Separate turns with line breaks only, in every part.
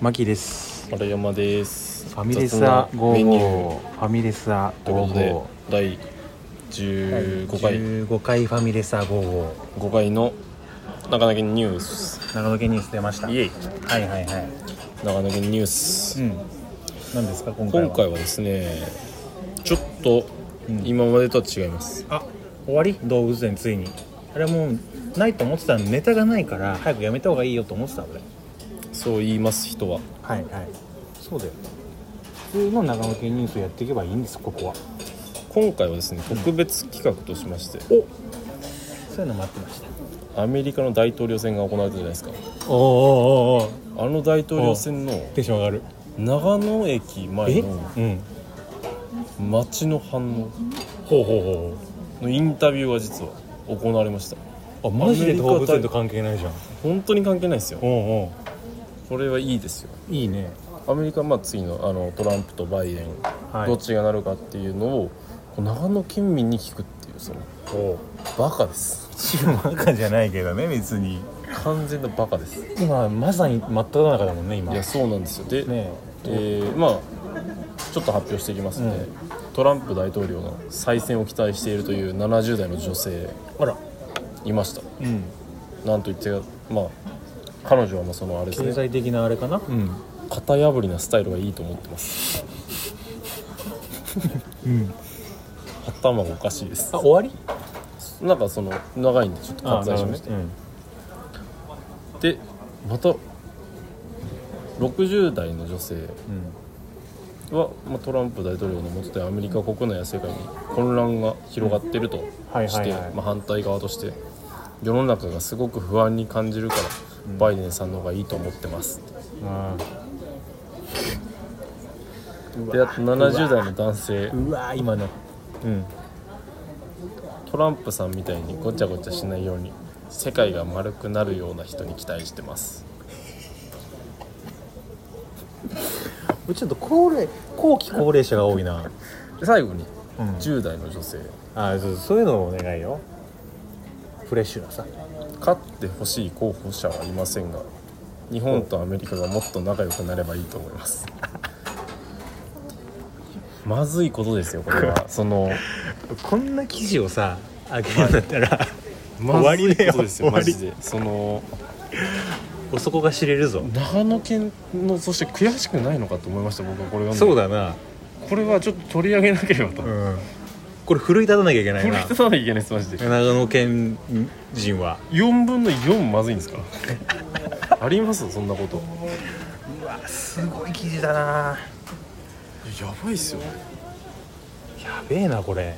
マキです
丸山です
ファミレスア
雑なメニュ
55
ー
ファミレスア
ということで
55
第15回
15回ファミレスア55
5回の中野県ニュース
長野県ニュース出ました
イエイ
はいはいはい
長野県ニュース、
うん何ですか今回は
今回はですねちょっと今までとは違います、
あ終わり動物園ついにあれはもうないと思ってたのネタがないから早くやめた方がいいよと思ってた俺
そう言います人は
はいはいそうだよ普通の長野県ニュースやっていけばいいんですここは
今回はですね特別企画としまして、
おそういうの待ってました
アメリカの大統領選が行われたじゃないですか
おおおお
あの大統領選の
テンション上がる
長野駅前
え
の
うん
街の反応
ほうほうほ
のインタビューが実は行われました
うほうあマジで動物園と関係ないじゃん
本当に関係ないですよ
おうお
これはいいですよ
ういいね
アメリカはまあ次のあのトランプとバイデン
はい
どっちがなるかっていうのをこう長野県民に聞くっていうその
おう
バカです
チーム赤じゃないけどね別に
完全なバカですい
今まさに真っ只中だもんね今
やそうなんですよで、
ね
えーまあちょっと発表していきますね、トランプ大統領の再選を期待しているという70代の女性
あら
いました
うん
なんといってまあ彼女はまあそのあれです
経
ね
済的なあれかなうん
型破りなスタイルがいいと思ってます
うん
頭がおかしいです
あ終わり
なんかその長いんでちょっと割愛しました
うん
でまた60代の女性は、まあ、トランプ大統領の下でアメリカ国内や世界に混乱が広がってると
はい
し
は
て
いはい
まあ反対側として世の中がすごく不安に感じるから、バイデンさんの方がいいと思ってます
うん
であと70代の男性
うわ今のうん
トランプさんみたいにごちゃごちゃしないように世界が丸くなるような人に期待してます
これちょっと高齢後期高齢者が多いな、
で最後に
うん
10代の女性
あそうそういうのをお願いよフレッシュなさ
勝ってほしい候補者はいませんが日本とアメリカがもっと仲良くなればいいと思います まずいことですよこれはその
こんな記事をさあげるんだったら、
まずいことです
終
よ
わ
マ
りだよ
ジでその
おそこが知れるぞ
長野県のそして悔しくないのかと思いました僕はこれ
そうだ
だ
な、
これはちょっと取り上げなければと、
うん、これ奮い立たなきゃいけない
取り
な
立たなきゃいけないですマジで
長野県人は
4分の4まずいんですから ありますそんなこと
うわすごい記事だな
やばいっすよ
やべえなこれ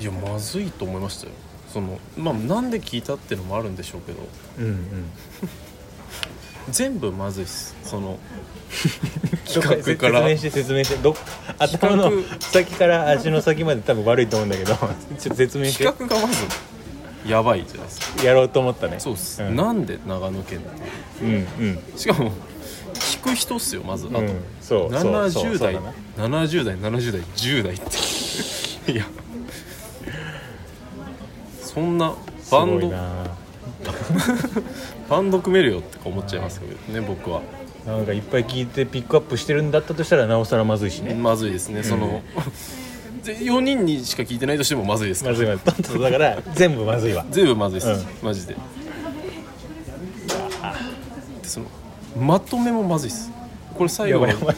いやまずいと思いましたよそのまあなんで聞いたってのもあるんでしょうけど
うんうん
全部まずいっすその
どっ
企画か
説明
ら
して説明してどっ頭の
企
先から足の先まで多分悪いと思うんだけど ちょっと説明し
企画がまずやばいじゃないですか
てやろうと思ったね
そうっす、
うん
なんで長野県って
うんうん
しかも聞く人っすよまずあと、
うんそうそうそう
70
そう
代
だな
70代70代10代って いやそんなバン
すご
ド
いな
バンド組めるよって思っちゃいますけどね僕は
なんかいっぱい聞いてピックアップしてるんだったとしたらなおさらまずいしね
まずいですねその で4人にしか聞いてないとしてもまずいです
ま
から
ずいまずいとっととだから全部まずいわ
全部まずいです、
う
マジででそのまとめもまずいですこれ最後
やば いやばい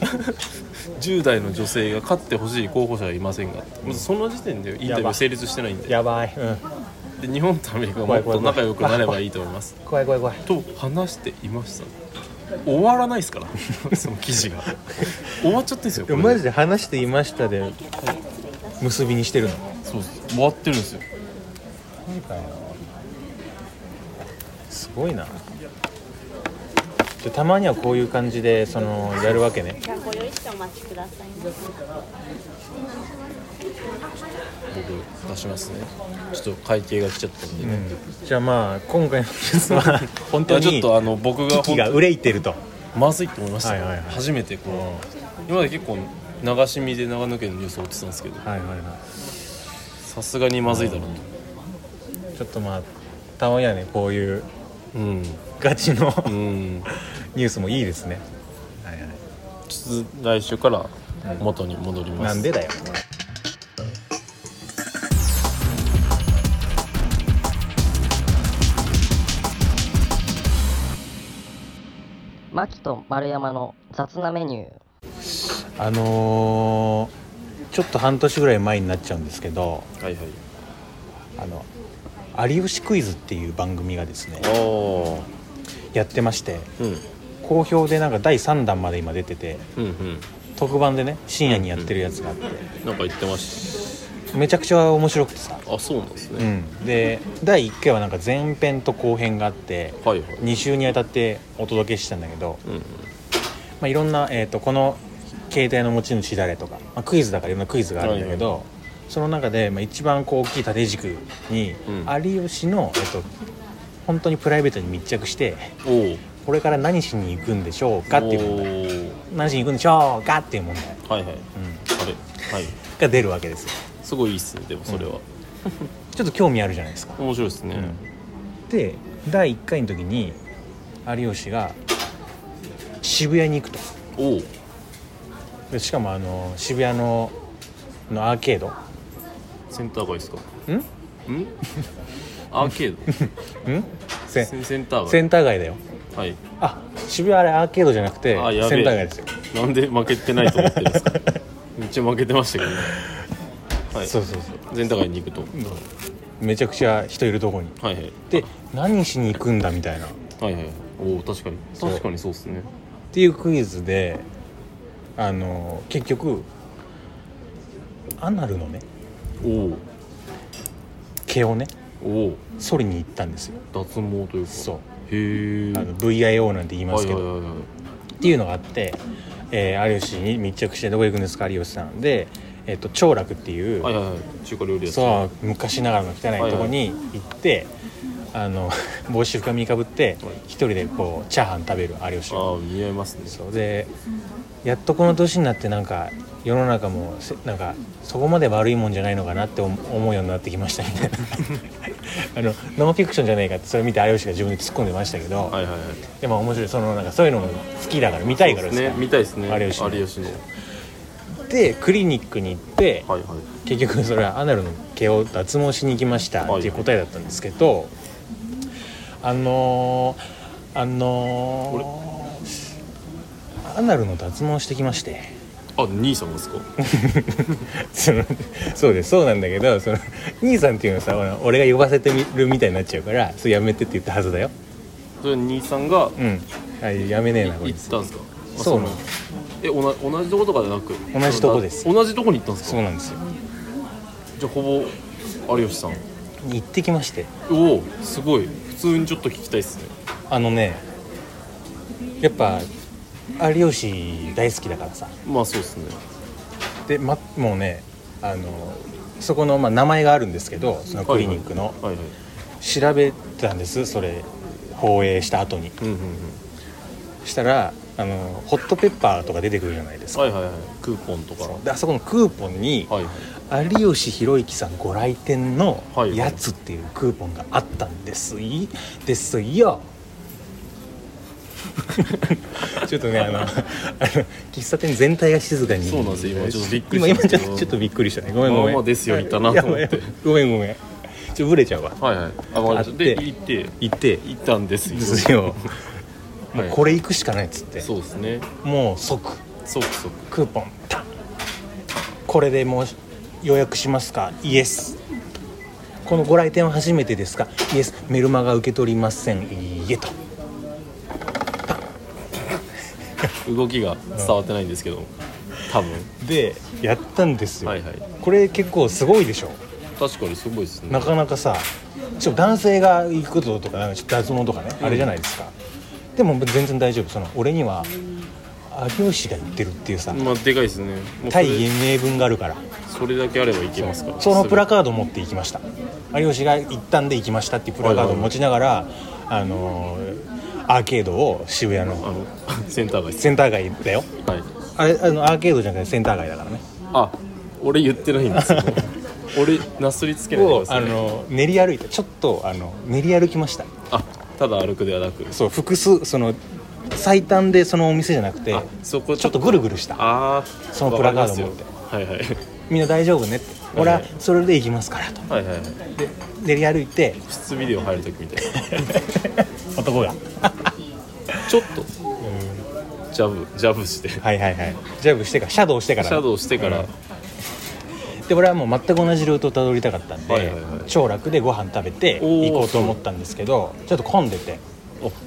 10代の女性が勝ってほしい候補者はいませんがまずその時点でインタビュー成立してないんで
やばい、うん、
で日本とアメリカがもっと仲良くなればいいと思 います
怖い怖い怖い
と話していました終わらないですか らその記事が終わっちゃってるんですよこ
で
れ
もマジで話していましたで結びにしてるの
そうっす終わってるんですよ
すごいなじゃあたまにはこういう感じでそのやるわけね
ご用意してお待ちくださいませ。
僕出しますねちょっと会計が来ちゃったんで、ね
じゃあまあ今回のニュースは 本当に
ちょっとあの僕が
危機が憂いてると
まずいと思いました、
はいはいはい
初めてこう今まで結構流し見で長野県のニュースを追ってたんですけど
はいはいは
さすがにまずいだろう
いちょっとまあたまにはねこういう
とうん
ガチの
うん
ニュースもいいですね、はいはい、
ちょっと来週から元に戻りま
な
す、
んでだよ
マキと丸山の雑なメニュー。
あのーちょっと半年ぐらい前になっちゃうんですけど
はいはい
「あの有吉クイズ」っていう番組がですね
おー
やってまして
うん
好評でなんか第3弾まで今出てて
うんうん
特番でね深夜にやってるやつがあって
なんか言ってまし
めちゃくちゃ面白くてさ、
たあそうなんです
う
ね、
ん、で第1回はなんか前編と後編があって
はいはい
2週にわたってお届けしてたんだけど、
うんうん
まあ、いろんな、えー、とこの携帯の持ち主誰とか、まあ、クイズだからいろんなクイズがあるんだけど、その中で、まあ、一番こう大きい縦軸に、
うん
有吉の、えっと本当にプライベートに密着して
おお
これから何しに行くんでしょうかっていう問題
お
何しに行くんでしょうかっていう問題、
ーはいはい、
うん、
あれはい
が出るわけですよ
すごいいいっすねでもそれは、
ちょっと興味あるじゃないですか
面白いですね、
で第1回の時に有吉が渋谷に行くと
おお
でしかもあの渋谷ののアーケード
センター街ですか
ん
ん アーケー
ん
ド
せ
セセンター街
センター街だよ
はい
あ渋谷あれアーケードじゃなくてセンタ
あやべえ
ー街ですよ、
なんで負けてないと思ってるんですかめっちゃ負けてましたけ どねはい
そうそうそ
センター街に行くと、
うめちゃくちゃ人いるとこに
はいはい
で何しに行くんだみたいなっ
はいはいおお確かに
そう
確かにそうっすね
ていうクイズであの結局アナルのね
おお
毛をね
お
剃りに行ったんですよ
お脱毛というか
そう
へえ
あの VIO なんて言いま
は
す
い
け
はい
ど、
はいはい
っていうのがあって、えー有吉に密着してどこ行くんですか有吉さんで、えっと長楽っていう、
はいはいはい中華料理屋さん
そう昔ながらの汚いとこに行って、あの 帽子深みかぶって
はい
一人でこうチャーハン食べる有吉を
ああ似合いますね
そうでやっとこの年になってなんか世の中もせなんかそこまで悪いもんじゃないのかなって思思うようになってきましたみたいな あのノンフィクションじゃないかってそれ見て有吉が自分で突っ込んでましたけど、
はいはいはい
でも面白いそのなんかそういうのも好きだから見たいからですか
ね
ら
見たいですね
有吉の
有吉の
でクリニックに行って、
はいはい
結局それはアナルの毛を脱毛しに行きました
はい
っていう答えだったんですけど、あのー、あのー、アナルの脱毛してきまして
あ兄さんですか
そのそうですそうなんだけどその兄さんっていうのはさほら俺が呼ばせてみるみたいになっちゃうからそれやめてって言ったはずだよ
それ兄さんが
うんあやめねえなこ
行
れ
ったんですかあ
そう
な
な
の
の
えおな同じとことかじゃなく
同じとこです
同じとこに行ったんです
そう
か
なんですよ
じゃあほぼ有吉さん
行ってきまして
おおすごい普通にちょっと聞きたいっすね
あのねやっぱ有吉大好きだからさ
まあそうっすね
で、ま、もうねあのそこの、まあ、名前があるんですけどそのクリニックの、
はいはい
調べたんですそれ放映した後に
うんうんうん
したらあのホットペッパーとか出てくるじゃないですか、
はいはいはいクーポンとか
であそこのクーポンに、
はいはい
有吉弘行さんご来店の
はいはい
やつっていうクーポンがあったんですいですよ ちょっとねあのあの喫茶店全体が静かに
そうなんですよ今ちょっとびっくり
今
した
今
ん
ちょっと
ですけど
ちょっとびっくりしたねごめんごめん
まあまあですよ言ったなと思って
やばいやばいごめんごめんちょっとブレちゃうわ
はいはいあま
あ
あ
って
で行って
行って
行ったんですよ
ですよも
は
う
い
これ行くしかないっつって、
そうですね
もう即
そうそう
クーポンタンこれでもう予約しますかイエスこのご来店は初めてですかイエスメルマガ受け取りませんいいえと
動きが伝わってないんですけど多分
でやったんですよ、
はいはい
これ結構すごいでしょ
確かにすごいですね
なかなかさちょっと男性が行くこととかなんかちょっと脱毛とかね、あれじゃないですかでも全然大丈夫その俺には有吉が言ってるっていうさ
まあでかいですねもうそ
大
れ
義名分があるから
それだけあればいけますから
そのプラ
カ
カードを持って行きました有吉が行ったんで行きましたっていうプラカードを持ちながらあのーアーケードを渋谷
あ
の
の センター街
センター街だよ
はい
あれあのアーケードじゃなくてセンター街だからね
あ俺言ってない んですよ俺なすりつけないで
を
くだ
あ
さい
の練り歩いてちょっとあの練り歩きました
あただ歩くではなく
そう複数その最短でそのお店じゃなくて
あそこ
ちょっとぐるぐるした
ああ
そのプラカード持って
はいはい
みんな大丈夫ねって
はい
俺
はい
はそれで行きますからと
はいはいはい
で練り歩いて
普通ビデオ入るときみたい な
男が
ちょっとジャブジャブしてシ
はいはいはいジャブしてからシャドウしてから
ャドウしてから、
うんで俺はもう全く同じルートをたどりたかったんで、
はいはいはい
超楽でご飯食べて
おー
行こうと思ったんですけどちょっと混んでて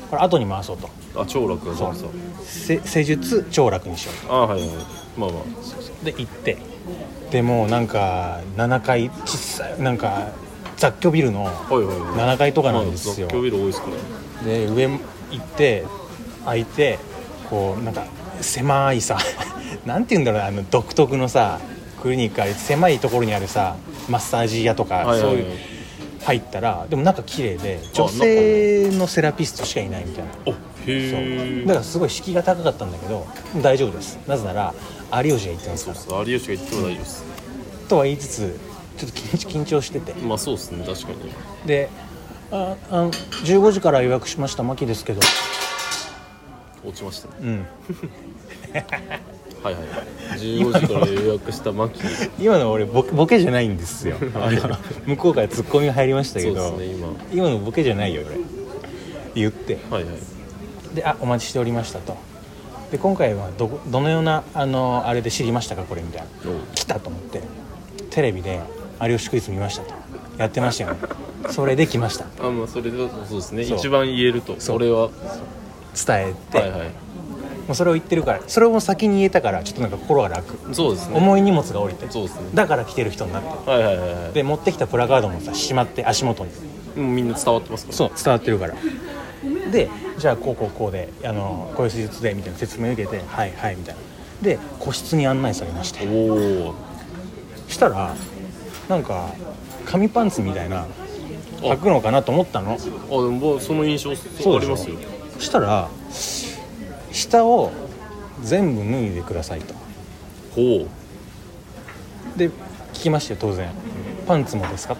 これ後に回そうと
ああ超楽だ
そう
なそう
せ施術超楽にしよう
あはいはいはいまあまあ
とで行ってでもうなんか7階小さいなんか雑居ビルの
はいはいはい
7階とかなんですよ
まあ、雑居ビル多いですから
で上行って開いてこうなんか狭いさ なんて言うんだろうなあの独特のさクリニックあれ狭いところにあるさマッサージ屋とか
はい
そ
は
う
い
い
はいう
入ったらでも中綺麗で
あ
女性のセラピストしかいないみたいな
お
そ
へ
う
え
だからすごい敷居が高かったんだけど大丈夫ですなぜなら有吉が行ってます
そ
か
う
ら
そう有吉が言っても大丈夫です
とは言いつつちょっと緊緊張してて
まあそうですね確かに
でああの15時から予約しました牧ですけど
落ちましたね
うん
はいはい15時から予約したマキそう
今の俺ボケボケじゃないんです よあの向こうからツッコミが入りましたけ
です
ど、
ね今
今のボケじゃないよ俺言って
はいはい
で「あお待ちしておりました」と「で今回はどこどのようなあのあれで知りましたかこれ」みたいな
おう
「来た」と思ってテレビで「有吉クイズ見ました」とやってましたよねそれで来ました
あまあそれでそうですね
そう
一番言えると
そう
俺は
伝えて、
はいはい
もうそれを言ってるからそれを先に言えたからちょっとなんか心が楽
そうですね
重い荷物が降りて
そうですね
だから来てる人になって
はいはいはいはい
で持ってきたプラカードもさしまって足元に
もうみんな伝わってますから
そう伝わってるからでじゃあこうこうこうであのこういう施術でみたいな説明受けてはいはいみたいなで個室に案内されまして
おお
したらなんか紙パンツみたいな履くのかなと思ったの
あでもまあその印象そうありますよ
したら下を全部脱いでくださいと
ほう
で聞きましたよ当然パンツもですか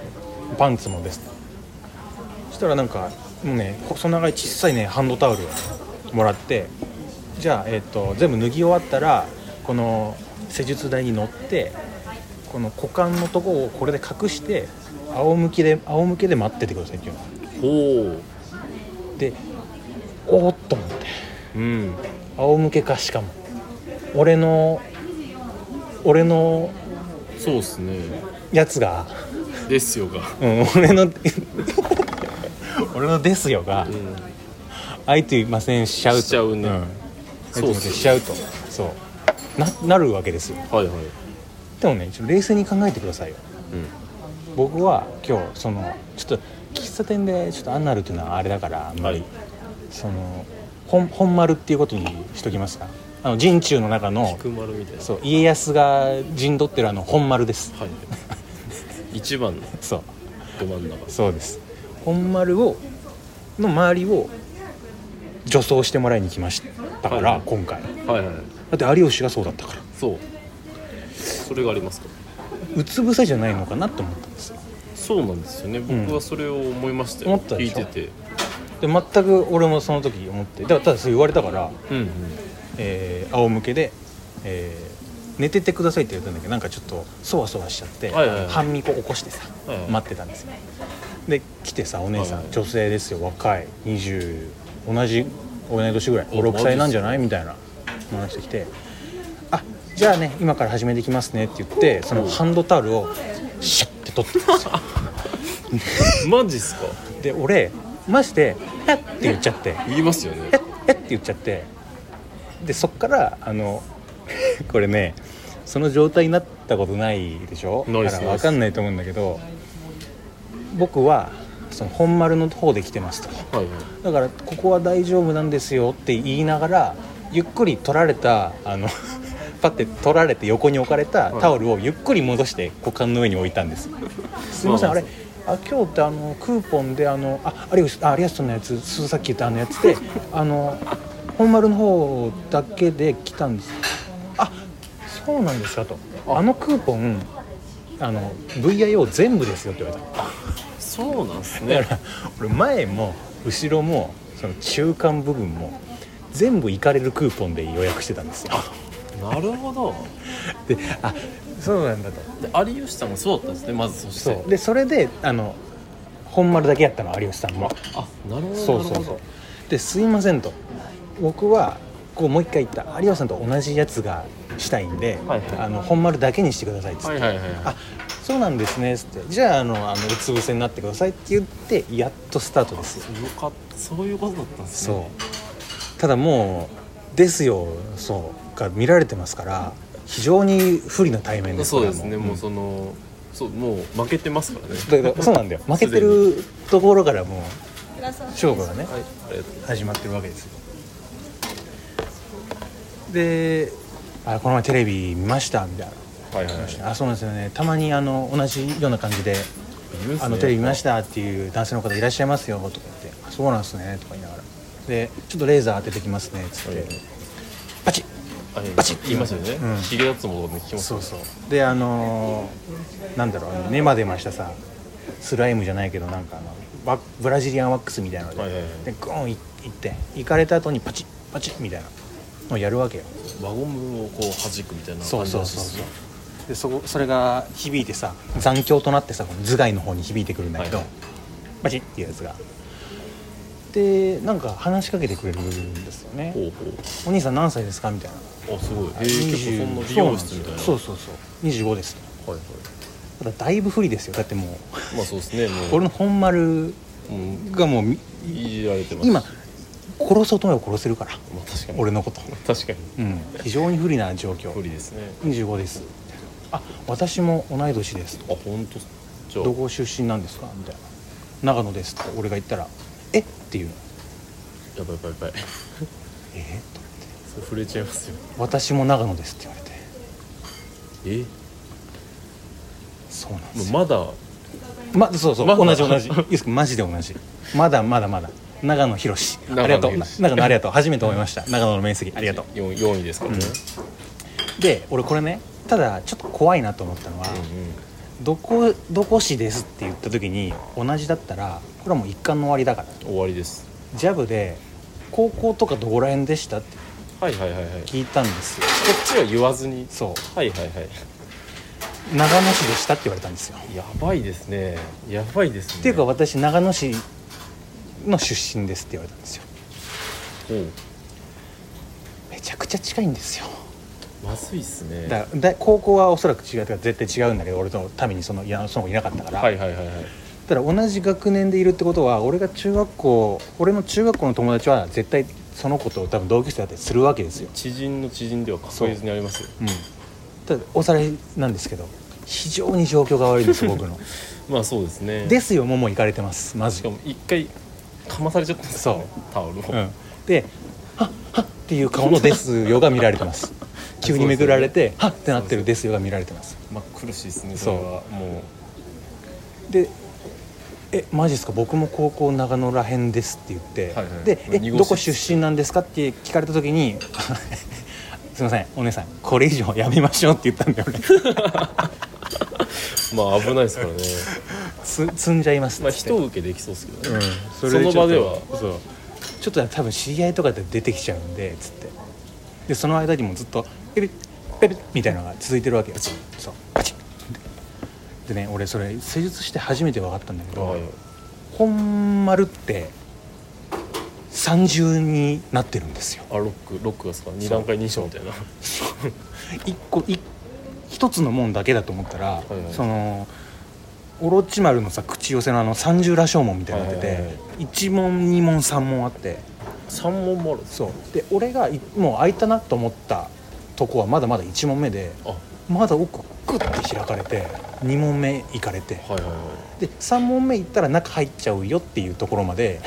パンツもですそしたらなんかもうね細長い小さいねハンドタオルをもらってじゃあ、えっと全部脱ぎ終わったらこの施術台に乗ってこの股間のとこをこれで隠して仰向けで仰向けで待っててくださいっていうの
ほ
でおーっと思って
ううん
仰向けかしかも俺の俺の
そうですね
やつが
ですよが
うん、俺 の俺のですよが
うん
相手いませんしちゃうと
しちゃうね
ん、
そう
相手いま
っすね
せんしちゃうとそうななるわけですよ
はいはい
でもねちょっと冷静に考えてくださいよ
うん
僕は今日そのちょっと喫茶店でちょっとアンナルっていうのはあれだからあんまり、
はい
その本本丸っていうことにしときますかあの陣中の中の
菊丸みたいな
そう家康が陣取ってるあの本丸です
はい一番の
そう
ど真ん中
そうです本丸をの周りを女装してもらいに来ましたから、
はい
今回
はいはい
だって有吉がそうだったから
そうそれがありますから
うつ伏せじゃないのかなと思ったんですよ
そうなんですよね
ん
僕はそれを思いましたよ、
思ったでしょ
聞いてて
で全く俺もその時思ってだからただそう言われたから、
うんうん
えー仰向けで、えー寝ててくださいって言われたんだけどなんかちょっとそわそわしちゃって、
はいはいはい
半身こう起こしてさ、
はいはい
待ってたんですよで来てさお姉さん、
はいはい
女性ですよ若い20同じ同い年ぐらい
お
56歳なんじゃないみたいな話してきて「あじゃあね今から始めていきますね」って言ってそのハンドタオルをシャッて取ってたんです よ
マジっすか
で俺マジで「えっ!」って言っちゃって
言いますよね
えっえっって言っちゃってでそっからあの これねその状態になったことないでしょ
ないで
だ
す
から
な
分
いです
かんないと思うんだけど僕はその本丸の方で来てますと
はいはい
だからここは大丈夫なんですよって言いながらゆっくり取られたあの パッて取られて横に置かれた
はい
タオルをゆっくり戻して股間の上に置いたん ですすいません
ま
あ
あ
れあ今日ってあのクーポンであのあ有吉あ有吉さんのやつさっき言ったあのやつ であの本丸の方だけで来たんですあそうなんですかとあのクーポンあの VIO 全部ですよって言われた
そうなんす
だ
ね
から俺前も後ろもその中間部分も全部行かれるクーポンで予約してたんですよ
なるほど
であそうなんだと
で有吉さんもそうだったんですねまずそし
そ
て
うでそれであの本丸だけやったの有吉さんも
あなるほど
そうそう
な
そ
る
うで「すいません」と僕はこうもう一回言った有吉さんと同じやつがしたいんで、
はいはい
あの本丸だけにしてくださいっつって、
ほどはいはいはい
あそうなんですねっつってじゃああのあのうつ伏せになってくださいって言ってやっとスタートですよ
よかったそういうことだったんですね
そうただもう「ですよ」そうが見られてますから非常に不利な対面ですか
そう
ら
ですねもうそのそうもう負けてますからね
だからそうなん だよ負けてるところからもう勝負がね
はいありがとう
始まってるわけですよであ「この前テレビ見ました」みたいな
はいはいはい
「あそうなんですよねたまにあの同じような感じで
言うんすね
あのテレビ見ましたっていう男性の方いらっしゃいますよとか言って「あそうなんですね」とか言いながら「でちょっとレーザー当ててきますね」っつっ
はい
てパチッ
はい
バチッ
言いましたよ
うん
ねヒゲ脱毛とかも聞きます
そうそうであのーなんだろうあの根までましたさスライムじゃないけどなんかあのワブラジリアンワックスみたいなので,、
はいはいはい
でゴーンいいって行かれた後にパチッパチッみたいなのをやるわけよ
輪ゴムをこう弾くみたいな
そ
感
う
じ
そう
ら
そう
しい
そ
で
うでそこそれが響いてさ残響となってさこの頭蓋の方に響いてくるんだけど、
はい
パチッっていうやつがでなんか話しかけてくれるんですよね
すねほうほ
「
う
お兄さん何歳ですか?」みたいな
あすごいへえ
20
結構そんな美容室みたいな
そうそうそう25です
はいは
ただだいぶ不利ですよだってもう
いまあそうですねもう
俺の本丸
も
がもうみ
ういじられてます
今
ま
殺そうと思えば殺せるから
あ確かに
俺のこと、
確かに
うん、非常に不利な状
無
況
理ですね
25ですあ私も同い年です
あ本当じゃあ
どこ出身なんですかみたいな長野ですって俺が言ったらえっていうの
やばいやばいやばい
えと
それ震えちゃいますよ
私も長野ですって言われて
え
そうなんで
もう
すよ
まだ
まそうそう、
ま
同じ同じユース君マジで同じまだまだまだ長野博士ありがとう
長野博
長野ありがとう初めて思いました長野の面積ありがとう
4, 4位ですからね、
で俺これねただちょっと怖いなと思ったのは、
うんうん
どこどこ市ですって言った時に同じだったらこれはもう一貫の終わりだから
終わりです
ジャブで「高校とかどこら辺でした?」って
はいはいはいはいこ
聞いたんですよ
っちは言わずに
そ
はいはいはいう
長野市でしたって言われたんですよっ
やばいですねやばいですね
ていうか私長野市の出身ですって言われたんですよ
ほう
めちゃくちゃ近いんですよ
まずいっすね
だからだ高校はおそらく違うから絶対違うんだけど俺のためにそのいやその子いなかったから、
はいはいはいはい
ただ同じ学年でいるってことは俺が中学校俺の中学校の友達は絶対その子と多分同級生だったりするわけですよ、
知人の知人では確実にありますよ
うん、ただおさらいなんですけど非常に状況が悪いんです 僕の
まあそうですね
ですよもうもう行かれてますま
し
ず
かも一回かまされちゃったんですよねタオルを、
うん、で「はっはっ」っていう顔の「ですよ」が見られてます 急にめくられて「はっ」ってなってる「ですよ」が見られてます
まあ苦しいですねそれはもう
で「えマジですか僕も高校長野らへんです」って言って、
はいはい
で
まあ
え
二号
どこ
室
出身なんですか?」って聞かれた時 に「すいませんお姉さんこれ以上やめましょう」って言ったんだ よね
まあ危ないですからね
つ積んじゃいます
まあ
っつって、
人受けできそうですけど
う
ね、
ん
そ
れ
の
ちょ
場
っと
では
そうちょっと多分知り合いとかで出てきちゃうんでつってでその間にもずっと「ペリッペリッ」みたいなのが続いてるわけよそうパチッでね俺それ施術して初めて分かったんだけど、
はい
本丸って三重になってるんですよ
あロックロックがですか2段階認証みたいな
一個一一つのもんだけだと思ったら、
いはい
そのオロチ丸のさ口寄せのあの三重羅生門みたいになってて、
はいはいはい
一問二問三問あって
3問もあるんです
そうで俺がいもう開いたなと思ったとこはまだまだ1問目で
あは
まだ奥グッて開かれて2問目行かれて
いはいはい
で3問目行ったら中入っちゃうよっていうところまで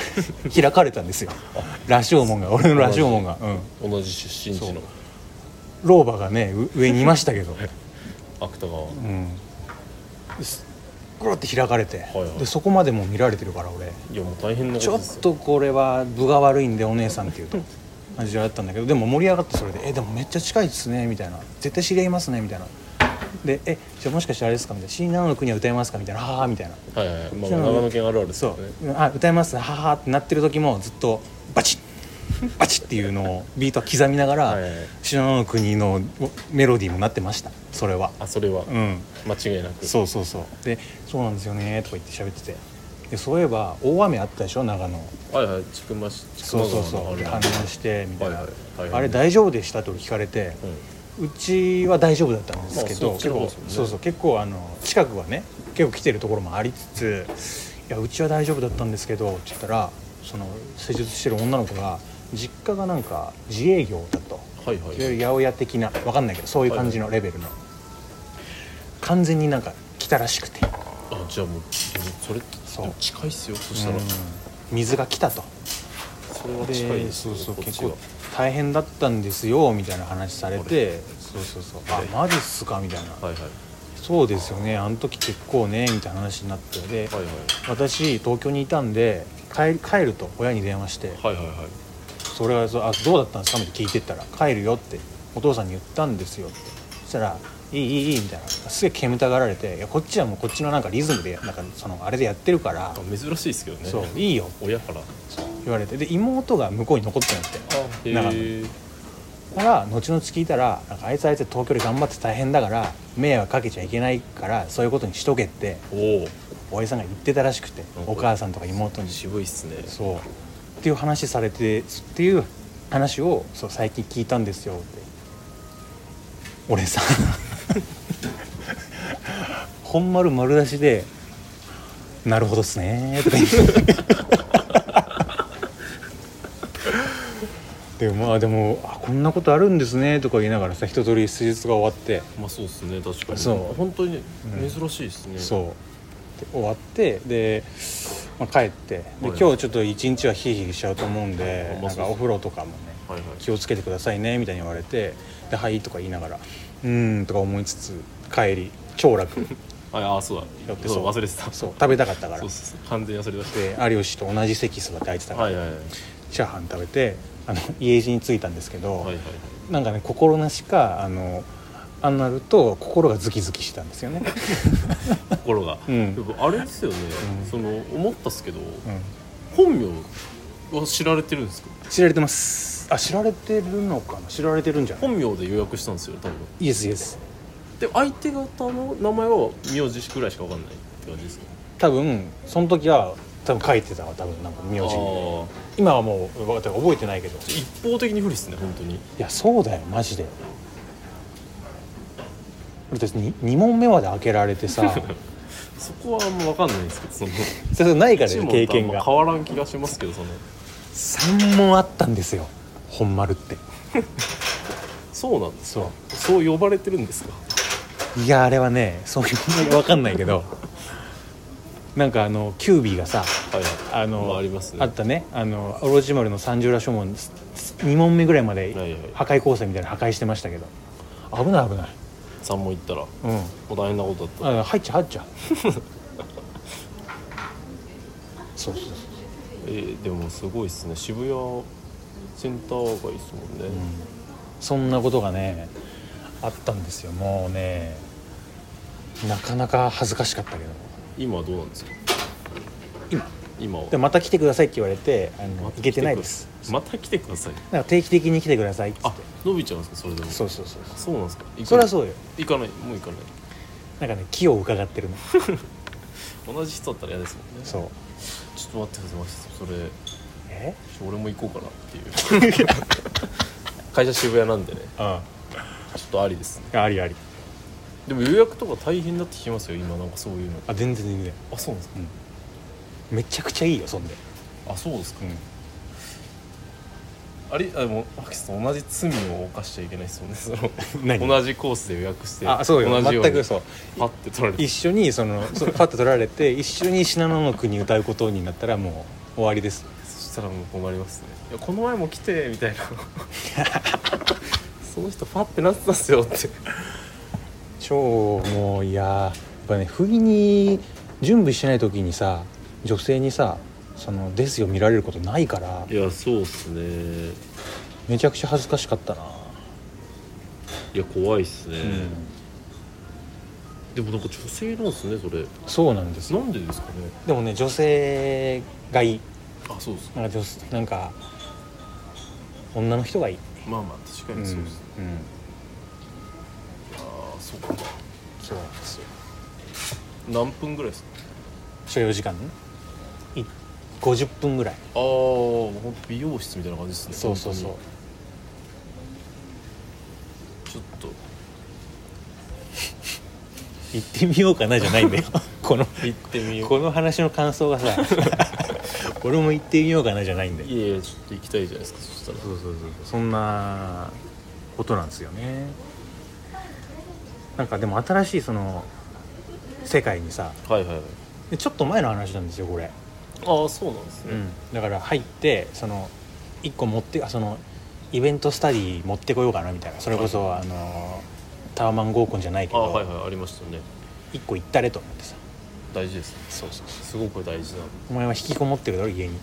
開かれたん ですよ羅生門が俺の羅生門が、うん、
同じ出身地の
老婆がねう上にいましたけど、
芥川は
うん、ですグロって開かれて、
いはい
でそこまでもう見られてるから俺
いやもう大変なこ
ちょ
と
っ
ですよ
とこれは分が悪いんでお姉さんっていう と感じだったんだけどでも盛り上がってそれで「えでもめっちゃ近いですね」みたいな「絶対知り合いますね」みたいな「でえじゃあもしかしてあれですか?」みたいな「新長野の国は歌えますか?」みたいな「はは」みたいな
はいはいはい、まあ、
そうなの
長野県あるあるです
そ
よ
う「
ね
あ歌えますはは」ってなってる時もずっとバチッバチっていうのをビートは刻みながら、
はいはいはい
信濃の国のメロディーもなってましたそれは
あそれは
うん
間違いなく
そうそうそうで「そうなんですよね」とか言って喋っててでそういえば大雨あったでしょ長野
はいはいちくましちく
そ
ま
うそう
川
そ
の
う
あ
で
れ
氾濫してみたいな、
はいはい大変
あれ大丈夫でしたと聞かれて、うちは大丈夫だったんですけど、
まあ
結
そう
構
そうです
そ
よね
うそう結構あの近くはね結構来てるところもありつつ「いやうちは大丈夫だったんですけど」って言ったらその施術してる女の子が実家がなんか自営業だと。
はいはい
いわ
は
ゆ
い
る八百屋的なわかんないけどそういう感じのレベルの、完全になんか来たらしくて、
あじゃあもうそれ
そう
でも近いっすよそしたら
水が来たと
それは
で
近いです
そ
よ
うそう
こっ
結
ちは
構大変だったんですよみたいな話されてそうそうそうあマジっすかみたいな、
はいはい
そうですよねあの時結構ねみたいな話になってで、
はい
私東京にいたんで帰る帰ると親に電話して
はいはいはいはい
それはそうあどうだったんですか?」みたいな聞いてったら「帰るよ」ってお父さんに言ったんですよってそしたら「いいいいいい」みたいなすげえ煙たがられて「いやこっちはもうこっちのなんかリズムでなんかそのあれでやってるから、
あ珍しいですけどね
そういいよ」
親からあ
言われてで妹が向こうに残ってんだって
へ
なんか
え
だから後々聞いたらなんかあいつあいつ東京で頑張って大変だから迷惑かけちゃいけないからそういうことにしとけってお
お
やじさんが言ってたらしくて
なんか
お母さんとか妹
お
に
渋いっすね
そうっていう話されてっていう話をそう最近聞いたんですよって俺さ 本丸丸出しで「なるほどっすね」とか言ってでもまあでもあこんなことあるんですねとか言いながらさ一通り施術が終わって
まあそうですね確かに
そう
本当に
うん
珍しいですね、
そうで終わってで、まあ、帰ってで
はい
今日ちょっと一日はヒリヒリしちゃうと思うんで、
ま
な
あ
んか
そうそう
お風呂とかもね
はいはい
気をつけてくださいねみたいに言われて「ではい」とか言いながら「うーん」とか思いつつ帰り長楽
ああそう
寄
だ
って
そう 忘れてた
そう食べたかったから
そうっす完全に忘れて
で有吉と同じ席座って空いてた
た
から、
はいはいはい
チャーハン食べてあの家路に着いたんですけど、
はいはい
なんかね心なしかあのあんなると心がズキズキしたんですよ ね。
心が、
うん
でもあれですよね、
うん
その思ったっすけど、
うん
本名は知られてるんですか
知られてますあ知られてるのかな知られてるんじゃない
本名で予約したんですよ多分
イエスイエス
で相手方の名前は名字くらいしかわかんないって感じですか
多分その時は多分書いてたわ多分なんか名
あ
字
ー
今はもうわ覚えてないけどい
一方的に不利っすね本当に
やそうだよマジで俺たち 2, 問目まで開けられて さ
そこはあんまわかんないんですけどその
それないから
一
ね
問
経
とあん
験
ま
が
変わらん気がしますけどその
3問あったんですよ本丸って
そうなんです
そ
そう呼ばれてるんですか
ういやあれはねそういう問題が分かんないけどなんかあのキュービーがさ
はいはい
あの、
まあ、ありますね
あったねあのオロチマルの三十羅書門2問目ぐらいまで
はいはい
破壊構成みたいなの破壊してましたけど危ない危ない
3問行ったらも
うん
う大変なことだった
あ入っちゃう入っちゃう そうそうそう
えーでもすごいっすね渋谷センター街ですもんね、
そんなことがねあったんですよもうねなかなか恥ずかしかったけど
今はどうなんですか
今
今は
でまた来てくださいって言われてあの
ま
行
た
けてないです
また来てください
なんか定期的に来てくださいっつって
あ伸びちゃうんですかそれでも
そうそうそう
そうなんですか
それは
う
そうよ
行かないもう行かない
なんかね気を伺ってるの
同じ人だったら嫌ですもんね
そう
ちょっと待ってくださいマジでそれ
え
ちょ俺も行こうかなっていう 会社渋谷なんでね
うん
ちょっとありですね
ありあり
でも予約とか大変だって聞きますよ今なんかそういうの
あ全然全然
あそうなんですか
めちゃくちゃいいよそん で
あそうですか
うん
あれあでもアキさん同じ罪を犯しちゃいけないですもんねその
何
同じコースで予約して
あそうよ
同じように
全くそう
パッて取られて
一緒にそ のそのパッと取られて一緒に信濃の国歌うことになったらもう終わりです
そしたらもう困りますねいやこの前も来てみたいな その人パッてなってたっすよって
超もういやーやっぱね不意に準備してない時にさ女性にさ「そのですよ」見られることないから
いやそうっすね
めちゃくちゃ恥ずかしかったな、
いや怖いっすね、
うん、
でもなんか女性なんすねそれ
そうなんですよ
なんでですかね
でもね女性がいい
あそうっす
なんか女なんか女の人がいい、
まあまあ確かにそうです、
うんうん
ああそうか
そうなんですよ
何分ぐらいですか
所要時間い50分ぐらい
ああほんと美容室みたいな感じですね
そうそうそう
本当にちょっと
行ってみようかなじゃない んだよこの
行ってみよう
この話の感想が さ俺も行ってみようかなじゃないんだよ
いやいやちょっと行きたいじゃないですかそしたら
そうそうそうそうそんなことなんですよねなんかでも新しいその世界にさ
はいはいはい
でちょっと前の話なんですよこれ、
ああそうなんですね、
だから入ってその1個持ってあそのイベントスタディ持ってこようかなみたいなそれこそあのタワマン合コンじゃないけ
あ
ど、
あはいはいありましたね
1個行ったれと思ってさ
大事ですね
そうそう
すごく大事な
お前は引きこもってるだろ家に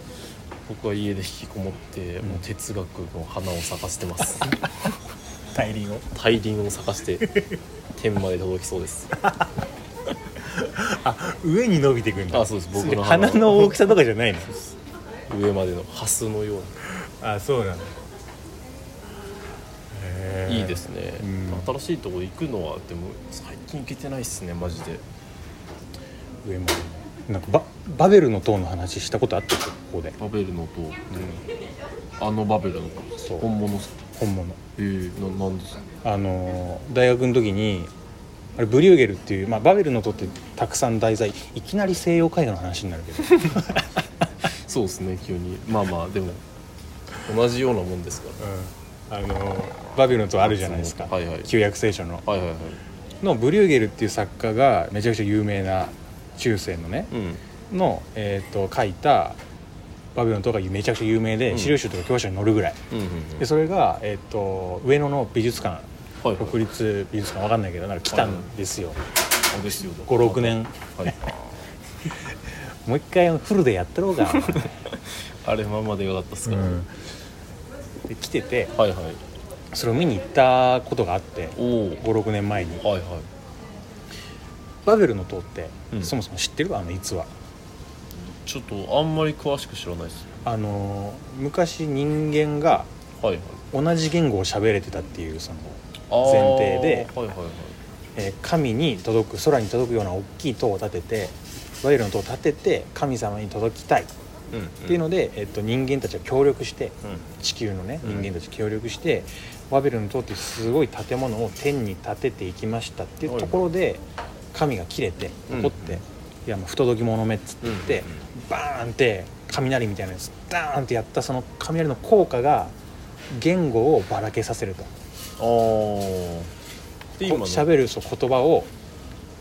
僕は家で引きこもって、
ん
もう哲学の花を咲かせてます
大輪を
大輪を咲かして天まで届きそうです
あ上に伸びてくんだ
あそうです僕の
花の大きさとかじゃないの
上までのハスのような
あそうなんだへー
いいですね、
うん
新しいとこ行くのはでも最近行けてないっすねマジで
上もなんかババベルの塔の話したことあったっけここで
バベルの塔、あのバベルの塔
そう
本物っす
本物
えー、ななんですか
あのー大学の時にあれブリューゲルっていう、まあ、バベルの塔ってたくさん題材いきなり西洋絵画の話になるけど
そうですね急にまあまあでも同じようなもんですから
うんあのーバビルの塔あるじゃないですか、
はいはい
旧約聖書の
はいはいはい
のブリューゲルっていう作家がめちゃくちゃ有名な中世のね
うん
の、えー、と書いた「バビロン」とかめちゃくちゃ有名で、
うん
資料集とか教科書に載るぐらい
うんうんうん
でそれが、えー、と上野の美術館
はいはい
国立美術館わかんないけどなんか来たんですよ、
あですよ
56年
はい
もう一回フルでやってろうか、
あれままでよかったっす
う
から、
んで来てて
はいはい
それを見に行ったことがあって
おおはい
56年前に
はい
バベルの塔って、
うん
そもそも知ってるあの逸話
ちょっとあんまり詳しく知らないっす
あのー昔人間が
はいはい
同じ言語を喋れてたっていうその
あー
前提で
はいはいはい
えー神に届く空に届くような大きい塔を建ててバビロンの塔を建てて神様に届きたいっ
うんうん
ていうので、えっと人間たちは協力して
うん
地球のね
うん
人間たち協力して、バビロンの塔っていうすごい建物を天に建てていきましたっていうところで神が切れて
うん
怒って、
うん
いやもう不届き者めっつって言って、
うんうん
バーンって雷みたいなやつダーンってやったその雷の効果が言語をばらけさせると。
あーで
こ
今の
喋るそう言葉を、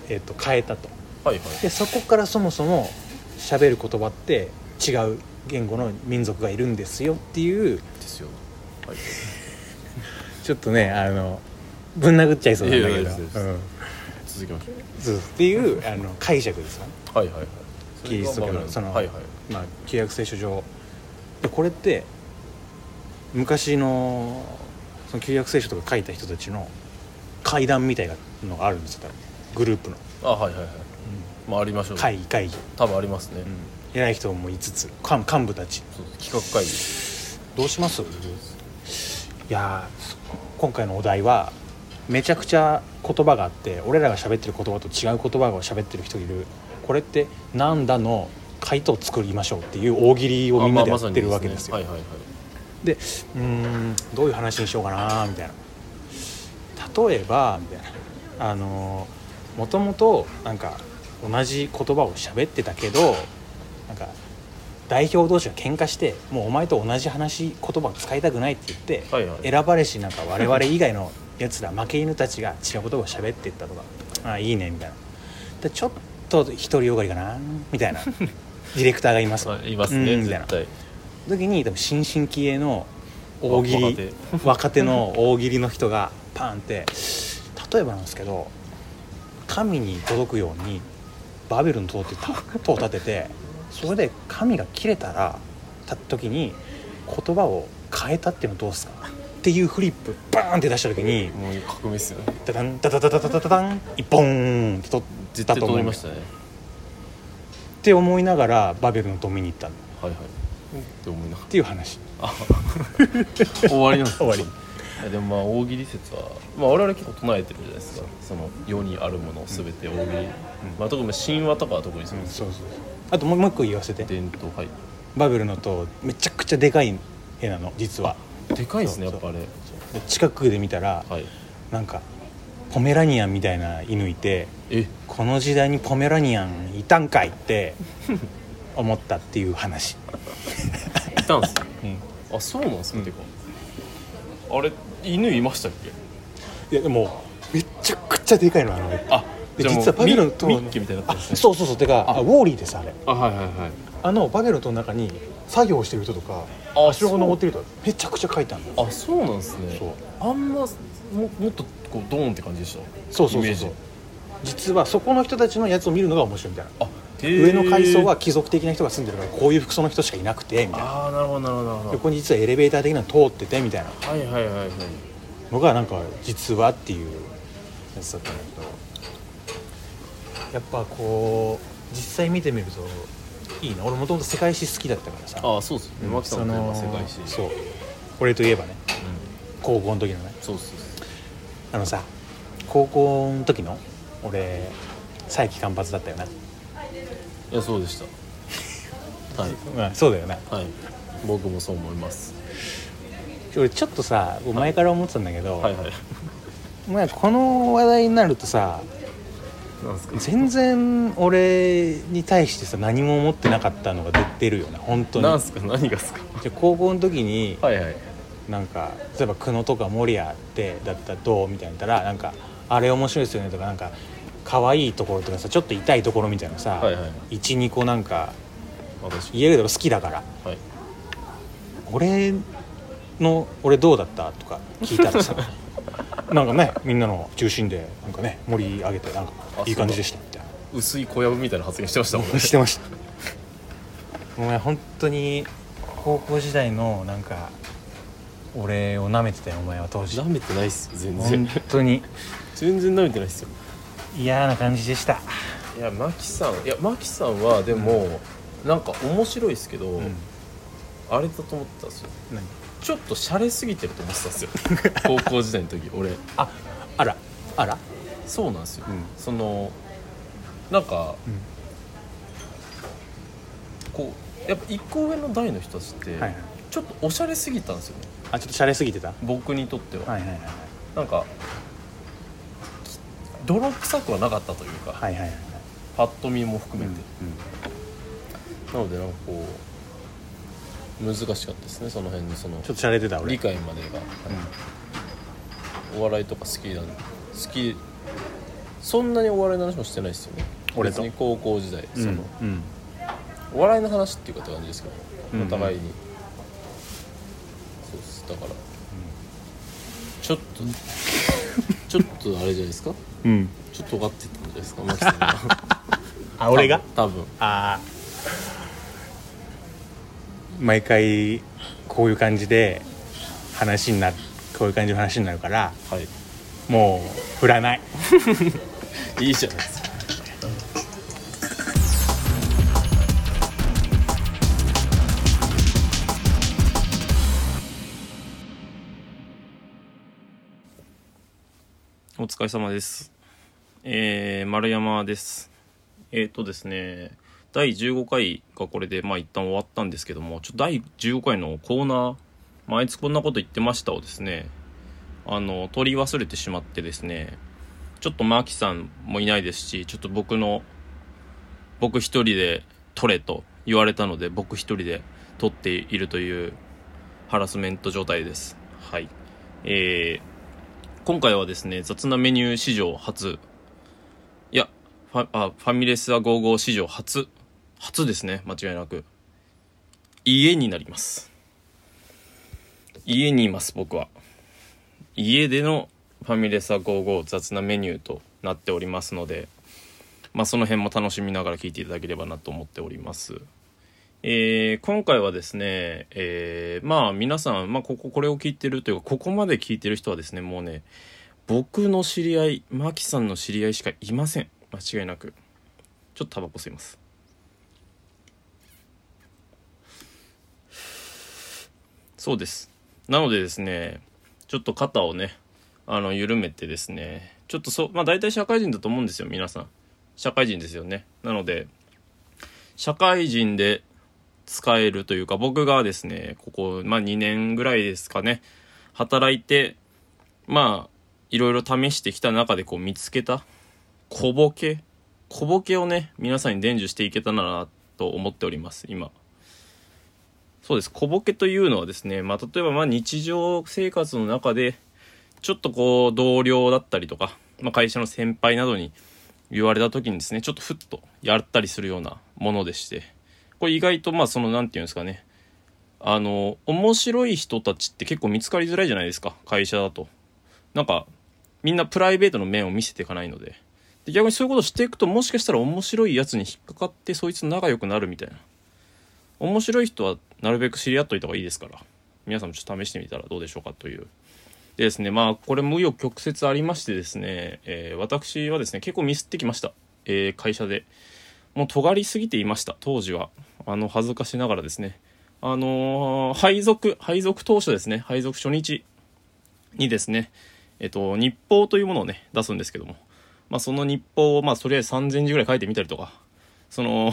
えっと変えたと
はいはい
でそこからそもそも喋る言葉って違う言語の民族がいるんですよっていう
ですよはい
ちょっとねあのぶん殴っちゃいそうなんだ
い
け
やい
ど
やいやいや
うん
続きましょう
そうっていうあの解釈ですよね
はいはいはい
キリスト教のその、
はいはい
まあ、旧約聖書上でこれって昔のその旧約聖書とか書いた人たちの会談みたいなのがあるんですよ多分グループの
あはいはいはいまあありましょう
会議会議
多分ありますね、
偉い人も5つ幹幹部たち
そう企画会議
どうしますいやーそ今回のお題はめちゃくちゃ言葉があって俺らが喋ってる言葉と違う言葉を喋ってる人いるこれってなんだの回答を作りましょうっていう大喜利をみんなでやってるわけですよ
あまあまさに
でうーんどういう話にしようかなみたいな例えばみたいなあのーもともとなんか同じ言葉を喋ってたけどなんか代表同士が喧嘩してもうお前と同じ話言葉を使いたくないって言って、
はいはい
選ばれしなんか我々以外のやつら負け犬たちが違う言葉を喋ってったとかああいいねみたいなでちょっと独りよがりかなみ たいなディレクターがいます、
はいはいいます
う
ね
んみたいな
絶対
時に多分新進気鋭の大喜利
わ
若手の大喜利の人がパーンって例えばなんですけど神に届くようにバベルの塔って た塔を建ててそれで神が切れたらた時に言葉を変えたっていうのどうですかっていうフリップバーンって出した時に
もう革命っすよね
ダダンダダダダダダダダン一本って取っ
絶
た
対
と思
通
い
りま
ま
し
す
た
っ
ね
て思いながらバベルの塔見に行ったっ
はいはいって思いなが
ていう話
終わりなんです
終わり
いやでもまあ大喜利説は、まあ、我々結構唱えてるじゃないですかその世にあるもの全て大喜利、まあ、特に神話とかは特にそうです
そうそうあともうもう一個言わせて
伝統はい
バベルの塔めちゃくちゃでかい絵なの実は
でかいですねや
そ
っ
うそ
ぱあれ
で近くで見たら、
はい
なんかポメラニアンみたいな犬いて
え
この時代にポメラニアンいたんかいって思ったっていう話、
いたんですね
うん、
あそうなんですか、
うん
てかあれ犬いましたっ
い
け
やでもめちゃくちゃでかいのあの絵
あ
で
じゃあもう
実はバビロンと
ミミッキーみたいになっ
あ
てるんですね
そうそうそうてかあウォーリーですあれ
あはいはいはい
あのバビロンとの中に作業してる人とか
あ
後ろが登ってる人めちゃくちゃ描いたんだよ
あそうなんですね
そう
あんまももっとこうドーンって感じでした
そうそうそう
イメージ
そう実はそこの人たちのやつを見るのが面白いみたいな
あ
上の階層は貴族的な人が住んでるからこういう服装の人しかいなくてみたいな
ああなるほどなるほどなるほ
横に実はエレベーター的なの通っててみたいな
どはいはいはいはい
のがなんか実はっていうやつだったんだけどやっぱこう実際見てみるといいな俺もともと世界史好きだったからさ
ああそうですね牧さんの世界史
そうう俺といえばね
ん
高校の時のね
そうそうそう
あのさ高校の時の俺佐伯間髪だったよな、
いやそうでした はい
うん、そうだよな
はい僕もそう思います
俺ちょっとさ前から思ってたんだけど、
はいはい
まあこの話題になるとさ
なんですか
全然俺に対してさ何も思ってなかったのが出てるよな本当に
なんすか何がっすか
で高校の時に
はいはい
なんか例えば久野とか守谷ってだったらどうみたいなの言ったらなんかあれ面白いですよねとかなんか可愛いところとかさちょっと痛いところみたいなのさ、
はいはい
12個なんか
私
言えるだろ好きだから
はい
俺の俺どうだったとか聞いたら さなんかねみんなの中心でなんかね盛り上げてなんかいい感じでしたみたいな。
薄い小籔みたいな発言してましたもんね
してましたお前本当に高校時代のなんか俺を舐めてたよお前は当時
舐めてないっすよ全
本
然
当に
全然舐めてないっすよ
嫌な感じでした
いやマキさんいやマキさんはでも、なんか面白いですけど、
ん
あれだと思ったんですよ
何
ちょっと洒落すぎてると思ってたん ですよ高校時代の時俺
ああらあら
そうなんですよ、
うん
そのなんか、
うん
こうやっぱ一個上の代の人たちって、
はいはい
ちょっとおしゃれすぎたんですよね
あちょっと洒落すぎてたは
僕にとっては、
いはいはい
なんかき泥臭くはなかったというか、
はいはいはいはい
パッと見も含
う
め
ん
て、なのでなんかこう難しかったですねその辺のその
ちょっと洒落てた俺
理解までが、お笑いとか好きなん好きそんなにお笑いの話もしてないですよね
俺と
別に高校時代、
うん
その
うん
お笑いの話っていうかって感じですけど、
うんうん
お互いにそうですだから、ちょっとちょっとあれじゃないですか
うん
ちょっと尖ってたんじゃないですかマキさんが
あ 俺が
多分
あー毎回こういう感じで話になこういう感じの話になるから
多分はい
もう振らない
いいじゃないですか。お疲れ様です。えー、丸山です。えっ、ー、とですね、第15回がこれで、まあ一旦終わったんですけども、ちょっと第15回のコーナー、まああいつこんなこと言ってましたをですね、あの、取り忘れてしまってですね、ちょっとマキさんもいないですし、ちょっと僕の、僕一人で撮れと言われたので、僕一人で撮っているというハラスメント状態です。はい。えー、今回はですね、雑なメニュー史上初、いや、ファあファミレスは55史上初、初ですね、間違いなく。家になります。家にいます、僕は。家でのファミレスは55雑なメニューとなっておりますので、まあ、その辺も楽しみながら聞いていただければなと思っております。えー今回はですね、えーまあ皆さん、まあ、こここれを聞いてるというかここまで聞いてる人はですねもうね僕の知り合いマキさんの知り合いしかいません間違いなくちょっとタバコ吸いますそうです。なのでですね、ちょっと肩をね、あの、緩めてですね、ちょっとそう、まあ大体社会人だと思うんですよ、皆さん。社会人ですよね。なので、社会人で使えるというか、僕がですね、ここ、まあ2年ぐらいですかね、働いて、まあ、いろいろ試してきた中でこう見つけた、小ボケ、小ボケをね、皆さんに伝授していけたらなと思っております、今。そうです。小ボケというのはですね、まあ、例えばまあ日常生活の中で、ちょっとこう、同僚だったりとか、まあ、会社の先輩などに言われた時にですね、ちょっとふっとやったりするようなものでして、これ意外とまあ、その、なんていうんですかね、あの、面白い人たちって結構見つかりづらいじゃないですか、会社だと。なんか、みんなプライベートの面を見せていかないので。で逆にそういうことをしていくと、もしかしたら面白いやつに引っかかって、そいつと仲良くなるみたいな。面白い人はなるべく知り合っといた方がいいですから皆さんもちょっと試してみたらどうでしょうかというでですねまあこれ無欲曲折ありましてですね、えー私はですね結構ミスってきました、えー会社でもう尖りすぎていました当時はあの恥ずかしながらですねあのー配属配属当初ですね配属初日にですねえっと日報というものをね出すんですけどもまあその日報をまあとりあえず3000字ぐらい書いてみたりとかその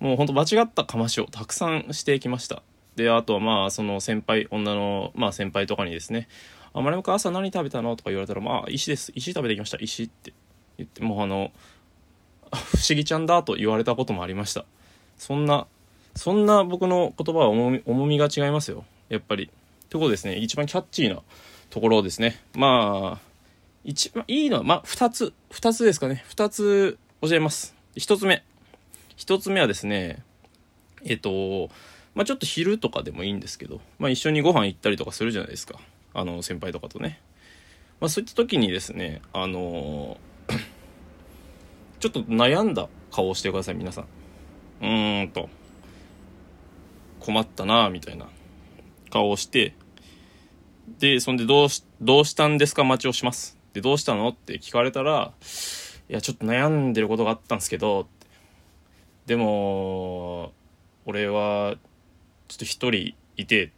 もうほんと間違ったかましをたくさんしてきましたであとはまあその先輩女のまあ先輩とかにですね「あ丸山君朝何食べたの?」とか言われたら「まあ石です石食べてきました石」って言ってもうあの あ「不思議ちゃんだ」と言われたこともありましたそんなそんな僕の言葉は重み重みが違いますよやっぱりということですね一番キャッチーなところですねまあ一番いいのはまあ2つ2つですかね2つ教えます1つ目一つ目はですねえっとまあちょっと昼とかでもいいんですけど、まあ、一緒にご飯行ったりとかするじゃないですかあの先輩とかとね、まあ、そういった時にですねあの ちょっと悩んだ顔をしてください皆さんうーんと困ったなあみたいな顔をしてでそんでどうしどうしたんですか待ちをしますでどうしたのって聞かれたらいやちょっと悩んでることがあったんですけどでも俺はちょっと一人いてって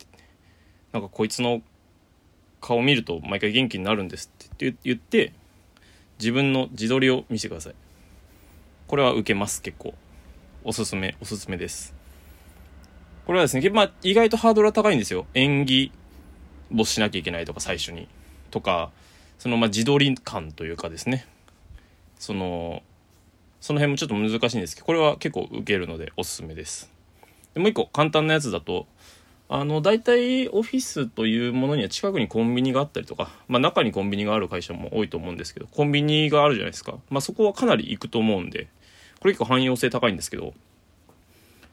なんかこいつの顔見ると毎回元気になるんですって言言って自分の自撮りを見せてくださいこれは受けます結構おすすめおすすめですこれはですね、まあ、意外とハードルは高いんですよ演技をしなきゃいけないとか最初にとかそのまあ自撮り感というかですねそのその辺もちょっと難しいんですけど、これは結構受けるのでおすすめです。でもう一個簡単なやつだと、あの、大体オフィスというものには近くにコンビニがあったりとか、まあ中にコンビニがある会社も多いと思うんですけど、コンビニがあるじゃないですか。まあそこはかなり行くと思うんで、これ結構汎用性高いんですけど、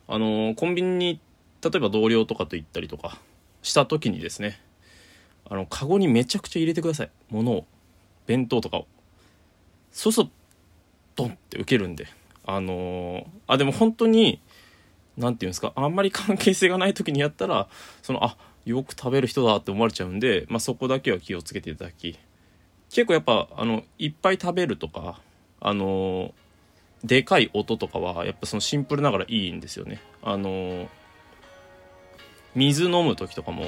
あの、コンビニに、例えば同僚とかと行ったりとかした時にですね、あの、カゴにめちゃくちゃ入れてください。物を。弁当とかを。そうするとドンって受けるんであのーあでも本当に何て言うんですかあんまり関係性がない時にやったらそのあよく食べる人だって思われちゃうんで、まあ、そこだけは気をつけていただき結構やっぱあのいっぱい食べるとかあのーでかい音とかはやっぱそのシンプルながらいいんですよねあのー水飲む時とかも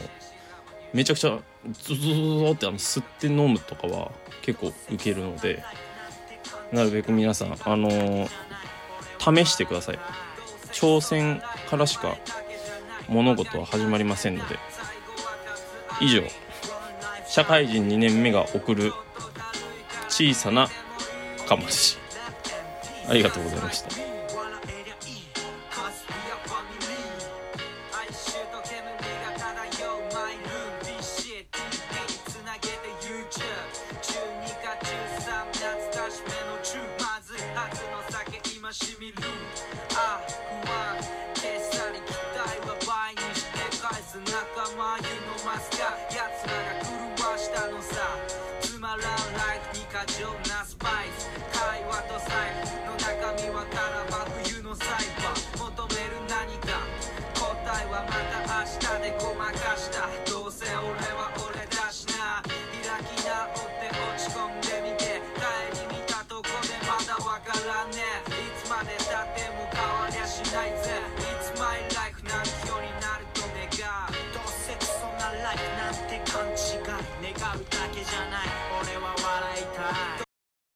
めちゃくちゃズズズズズってあの吸って飲むとかは結構受けるのでなるべく皆さんあのー試してください挑戦からしか物事は始まりませんので以上社会人2年目が送る小さなかましありがとうございました
哀愁と煙が漂うマイルーム DCTV つなげて YouTube 中2か中3懐かしめの中まずいはずの酒今しみるあ不安消さり期待は倍にして返す仲間湯飲ますか奴らが狂わしたのさつまらんライフに過剰なスパイス会話と財布の中身はたらば冬のサイバー求める何か答えはまた明日でごまかしたどうせ俺は俺だしな開き直って落ち込んでみて帰り見たとこでまだわからねえいつまでたっても変わりゃしないぜ It's my life なるようになると願うどうせじゃない俺は笑いたい